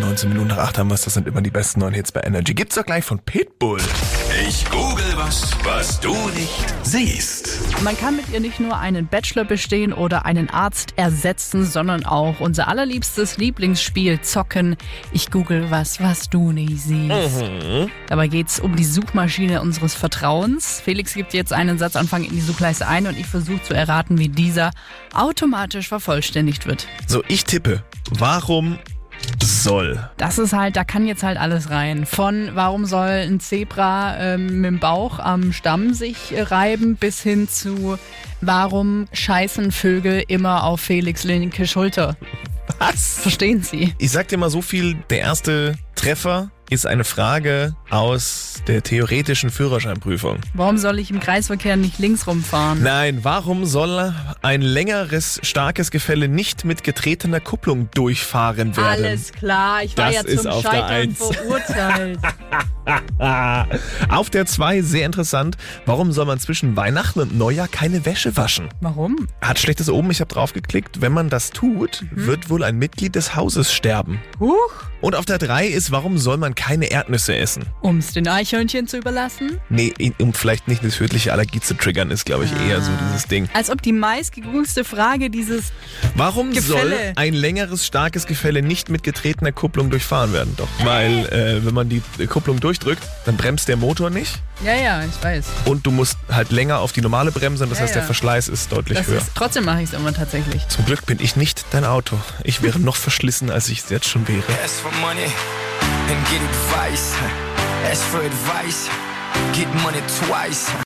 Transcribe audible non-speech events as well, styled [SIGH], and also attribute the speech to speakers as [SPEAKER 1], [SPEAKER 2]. [SPEAKER 1] 19 Minuten nach 8 haben wir es. Das sind immer die besten neuen Hits bei Energy. Gibt's doch gleich von Pitbull.
[SPEAKER 2] Ich google was, was du nicht siehst.
[SPEAKER 3] Man kann mit ihr nicht nur einen Bachelor bestehen oder einen Arzt ersetzen, sondern auch unser allerliebstes Lieblingsspiel zocken. Ich google was, was du nicht siehst. Dabei geht's um die Suchmaschine unseres Vertrauens. Felix gibt jetzt einen Satzanfang in die Suchleiste ein und ich versuche zu erraten, wie dieser automatisch vervollständigt wird.
[SPEAKER 1] So, ich tippe. Warum soll?
[SPEAKER 3] Das ist halt, da kann jetzt halt alles rein. Von warum soll ein Zebra ähm, mit dem Bauch am Stamm sich äh, reiben, bis hin zu warum scheißen Vögel immer auf Felix linke Schulter.
[SPEAKER 1] Was?
[SPEAKER 3] Verstehen Sie?
[SPEAKER 1] Ich sag dir mal so viel. Der erste Treffer ist eine Frage aus der theoretischen Führerscheinprüfung.
[SPEAKER 3] Warum soll ich im Kreisverkehr nicht links rumfahren?
[SPEAKER 1] Nein, warum soll ein längeres, starkes Gefälle nicht mit getretener Kupplung durchfahren werden?
[SPEAKER 3] Alles klar, ich war
[SPEAKER 1] Das
[SPEAKER 3] ja
[SPEAKER 1] ist
[SPEAKER 3] zum
[SPEAKER 1] auf der
[SPEAKER 3] Scheitern
[SPEAKER 1] Eins. [LAUGHS]
[SPEAKER 3] verurteilt.
[SPEAKER 1] Auf der 2 sehr interessant. Warum soll man zwischen Weihnachten und Neujahr keine Wäsche waschen?
[SPEAKER 3] Warum?
[SPEAKER 1] Hat schlechtes oben, ich habe draufgeklickt. Wenn man das tut, wird wohl ein Mitglied des Hauses sterben.
[SPEAKER 3] Mhm. Huch,
[SPEAKER 1] Und auf der 3 ist, warum soll man keine Erdnüsse essen?
[SPEAKER 3] um es den Eichhörnchen zu überlassen?
[SPEAKER 1] Nee, in- um vielleicht nicht eine tödliche Allergie zu triggern, ist, glaube ich,
[SPEAKER 3] Ah.
[SPEAKER 1] eher so dieses Ding.
[SPEAKER 3] Als ob die meistgegoogelste Frage dieses
[SPEAKER 1] Warum soll
[SPEAKER 3] Gefälle.
[SPEAKER 1] ein längeres, starkes Gefälle nicht mit getretener Kupplung durchfahren werden? Doch, weil äh, wenn man die Kupplung durchdrückt, dann bremst der Motor nicht
[SPEAKER 3] Ja, ja, ich weiß.
[SPEAKER 1] und du musst halt länger auf die normale bremsen. Das
[SPEAKER 3] Ja,
[SPEAKER 1] heißt, der
[SPEAKER 3] ja.
[SPEAKER 1] Verschleiß ist deutlich
[SPEAKER 3] Das
[SPEAKER 1] höher.
[SPEAKER 3] ist, trotzdem mache ich es immer tatsächlich.
[SPEAKER 1] Zum Glück bin ich nicht dein Auto. Ich wäre noch verschlissen, als ich es jetzt schon wäre.
[SPEAKER 4] Ask for money and get advice. Ask for advice, get money twice.